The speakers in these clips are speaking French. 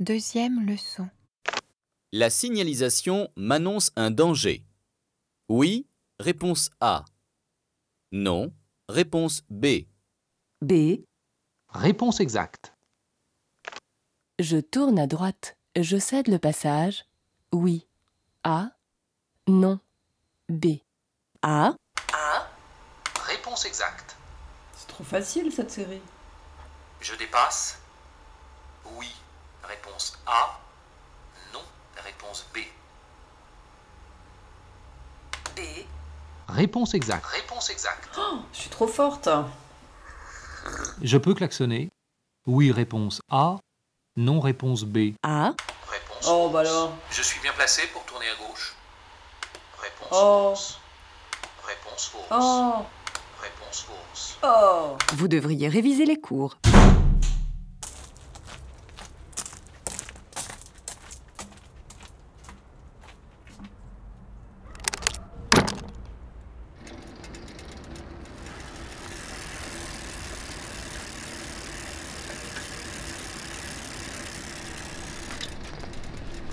Deuxième leçon. La signalisation m'annonce un danger. Oui, réponse A. Non, réponse B. B. Réponse exacte. Je tourne à droite. Je cède le passage. Oui. A. Non. B. A. A. Réponse exacte. C'est trop facile cette série. Je dépasse. Oui. Réponse A. Non. Réponse B. B. Réponse exacte. Réponse exacte. Oh, je suis trop forte. Je peux klaxonner Oui, réponse A. Non, réponse B. A. Réponse Oh bah alors. Je suis bien placé pour tourner à gauche. Réponse Oh. fausse. Réponse fausse. Oh, Réponse fausse. oh. Vous devriez réviser les cours.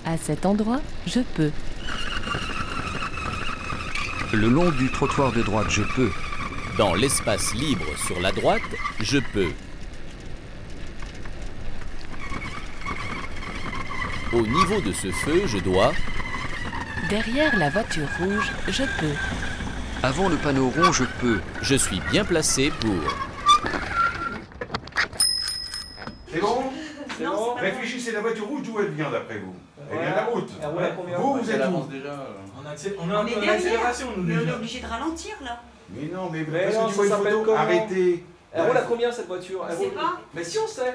À cet endroit, je peux. Le long du trottoir de droite, je peux. Dans l'espace libre sur la droite, je peux. Au niveau de ce feu, je dois. Derrière la voiture rouge, je peux. Avant le panneau rond, je peux. Je suis bien placé pour. C'est bon C'est bon Réfléchissez, la voiture rouge, d'où elle vient d'après vous Elle vient de la route. Vous, vous êtes où On, accélère- on a un peu d'accélération, nous, déjà. obligé de ralentir là. Mais non, mais Mais parce que non, tu ça vois une s'appelle photo, comment arrêtez. Elle roule à combien cette voiture Ah Elle On sait roule- pas. Mais si on sait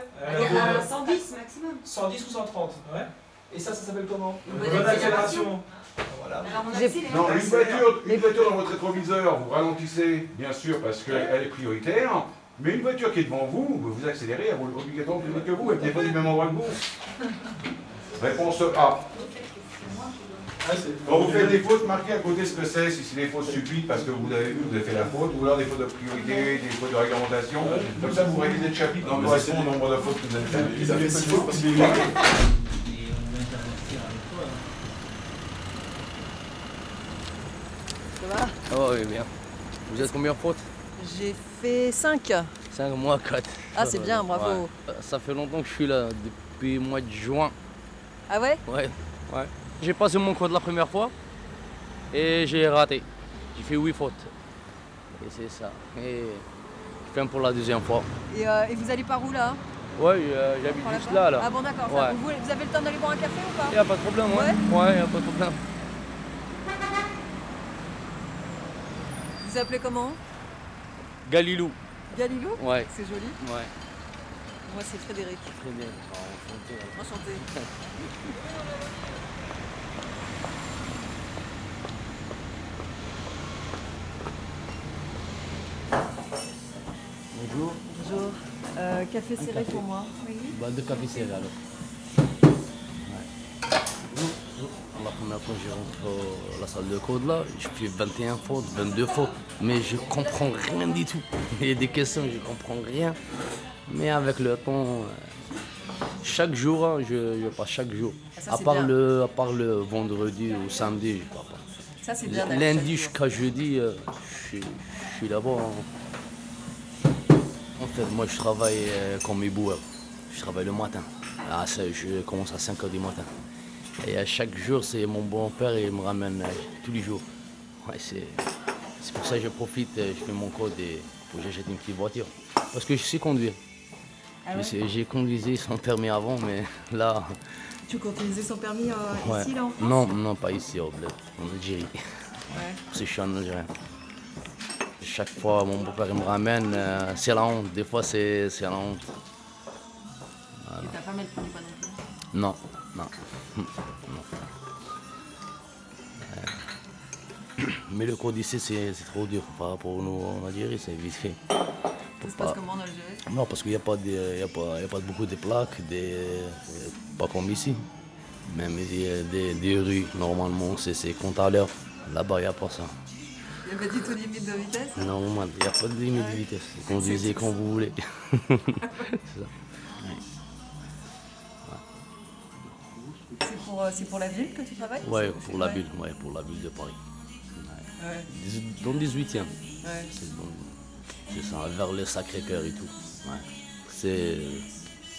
Il y a un 110 maximum. 110 Euh, ou 130, ouais. Et ça, ça s'appelle comment Une Une bonne bonne accélération. Voilà. Alors on J'ai- accélère. Non, une voiture, une voiture dans votre rétroviseur, vous ralentissez, bien sûr, parce qu'elle est prioritaire. Mais une voiture qui est devant vous, vous accélérez, elle roule obligatoirement plus vite que vous, elle n'est pas du même endroit que vous. Réponse A. Ah, c'est- Quand vous faites des fautes, marquez à côté ce que c'est, si c'est des fautes subites parce que vous avez vu, vous avez fait la faute, ou alors des fautes de priorité, des fautes de réglementation. Comme ça, vous révisez le chapitre dans le correspond au nombre de fautes que vous avez faites. Ils avaient six fautes parce qu'ils Oh oui, bien. Vous êtes combien de fautes J'ai fait 5. 5 mois, 4. Ah, c'est bien, bravo. Euh, Ça fait longtemps que je suis là, depuis le mois de juin. Ah ouais Ouais, ouais. J'ai passé mon code la première fois et j'ai raté. J'ai fait 8 fautes. Et c'est ça. Et je viens pour la deuxième fois. et, euh, et vous allez par où là Ouais, euh, j'habite Par juste là-bas là, là. Ah bon, d'accord. ça va. Ouais. Vous, voulez- vous avez le temps d'aller boire un café ou pas Y a pas de problème, ouais Ouais, y a pas de problème. Vous appelez comment Galilou. Galilou Ouais, C'est joli. ouais. Moi, c'est Frédéric. Très bien. Oh, enchanté. Enchanté. Bonjour. Bonjour. Euh, café serré pour moi. Oui. Bah, deux cafés serrés alors. La première fois que je rentre à la salle de code là, je fais 21 fautes, 22 fautes, mais je comprends rien du tout. Il y a des questions, je comprends rien. Mais avec le temps, euh, chaque jour, hein, je, je passe chaque jour. Ah, ça, à, c'est part bien. le, à part le vendredi ou samedi, je pars pas. Ça, c'est bien. d'aller Lundi chaque jusqu'à jeudi, euh, je suis- je suis là-bas. hein. En fait, moi je travaille euh, comme éboueur. Je travaille le matin. Ah, ça, je commence à 5h du matin. Et à chaque jour, c'est mon bon-père, il me ramène euh, tous les jours. Ouais, c'est c'est pour ça que je profite, euh, je fais mon code et faut que j'achète une petite voiture. Parce que je sais conduire. Ah Je ouais sais- J'ai conduisé sans permis avant, mais là. jour. Tu conduisais sans permis euh, ouais. ici là en France non, non, pas ici, au bled, en Algérie. Ouais. Parce que je suis en Algérien. Chaque fois, mon beau-père il me ramène, euh, c'est la honte. Des fois, c'est c'est la honte. Et ta femme, elle ne conduit pas non plus. Non, non. non. Euh, Mais le code ici, c'est c'est trop dur par rapport à nous en Algérie, c'est vite fait. Ça se pas- passe comment en Algérie Non, parce qu'il n'y a, pas de- il y a, pas- il y a pas beaucoup de plaques, des, pas comme ici. Même il y a des, des rues, normalement, c'est c'est compte à l'heure. Là-bas, il n'y a pas ça. Il n'y a pas du tout de limite de vitesse Normalement, il n'y a pas de limite de vitesse. Vous Conduisez quand vous voulez. C'est ça. Ouais. Ouais. pour, euh, c'est pour la ville que tu travailles Ouais, pour la ville, ouais, pour la ville de Paris. Ouais, Dix- Dans le 18e. ouais. C'est bon. C'est ça, vers le Sacré-Cœur et tout. Ouais. C'est euh,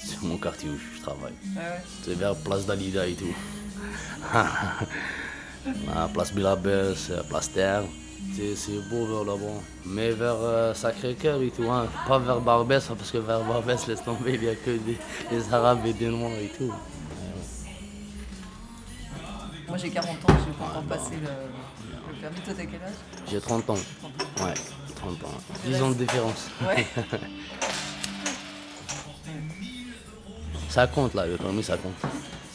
c'est mon quartier où je travaille. Ah ouais. C'est vers Place d'Alida et tout. Ah, place Bilabès, euh, Place Terre. C'est c'est beau vers là-bas. Mais vers euh, Sacré-Cœur et tout, hein. pas vers Barbès, hein, parce que vers Barbès, laisse tomber, il n'y a que des, des Arabes et des Noirs et tout. Moi j'ai 40 ans, je vais pas encore passer le, le permis. Toi t'as quel âge J'ai 30 ans. Ouais, 30 ans. 10 ans de différence. Ouais. Ça compte là, le permis ça compte.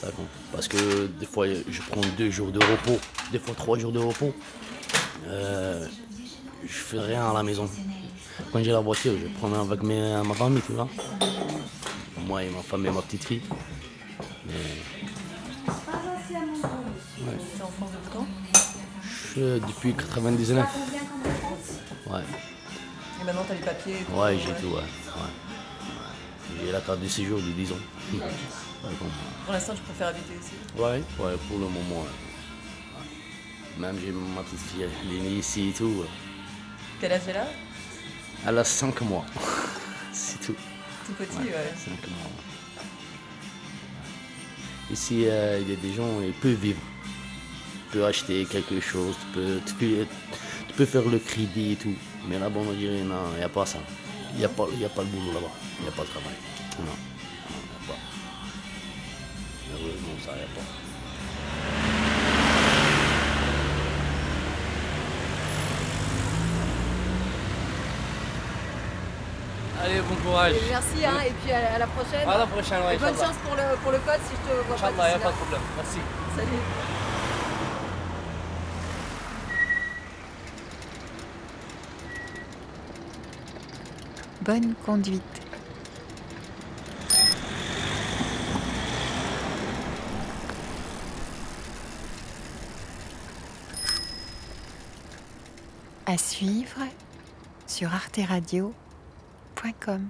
Ça compte. Parce que des fois je prends deux jours de repos, des fois trois jours de repos. Euh, je fais rien à la maison. Quand j'ai la voiture, je prends avec mes- ma famille, tu vois. Moi et ma femme et ma petite fille. T'es en France depuis quand Je suis depuis 99. Ouais, Et maintenant t'as les papiers et tout, ouais, j'ai tout, ouais. ouais. Ouais. J'ai la carte de séjour de 10 ans. Ouais, bon. Pour l'instant je préfère habiter ici. Ouais, ouais, pour le moment. ouais. Ouais. Même j'ai ma petite fille, elle est née ici et tout. ouais. Quel âge elle a Elle a 5 mois. C'est tout. Tout petit, Ouais, ouais. cinq mois. Ici, euh, il y a des gens, ils peuvent vivre. Tu peux acheter quelque chose, tu peux, tu peux, tu peux faire le crédit et tout. Mais là-bas, on dirait, non, il n'y a pas ça. Il n'y a, pas- il y a pas le boulot là-bas. Il n'y a pas de travail. Non, non, il n'y a pas. Malheureusement, ça, il n'y a pas. Allez, bon courage. Merci hein, et puis à, la prochaine. À la prochaine, ouais, Inch'Allah. pour le, pour le code si je te vois Inch'Allah, y a pas de problème. Merci. Salut. Bonne conduite. À suivre sur arteradio.com.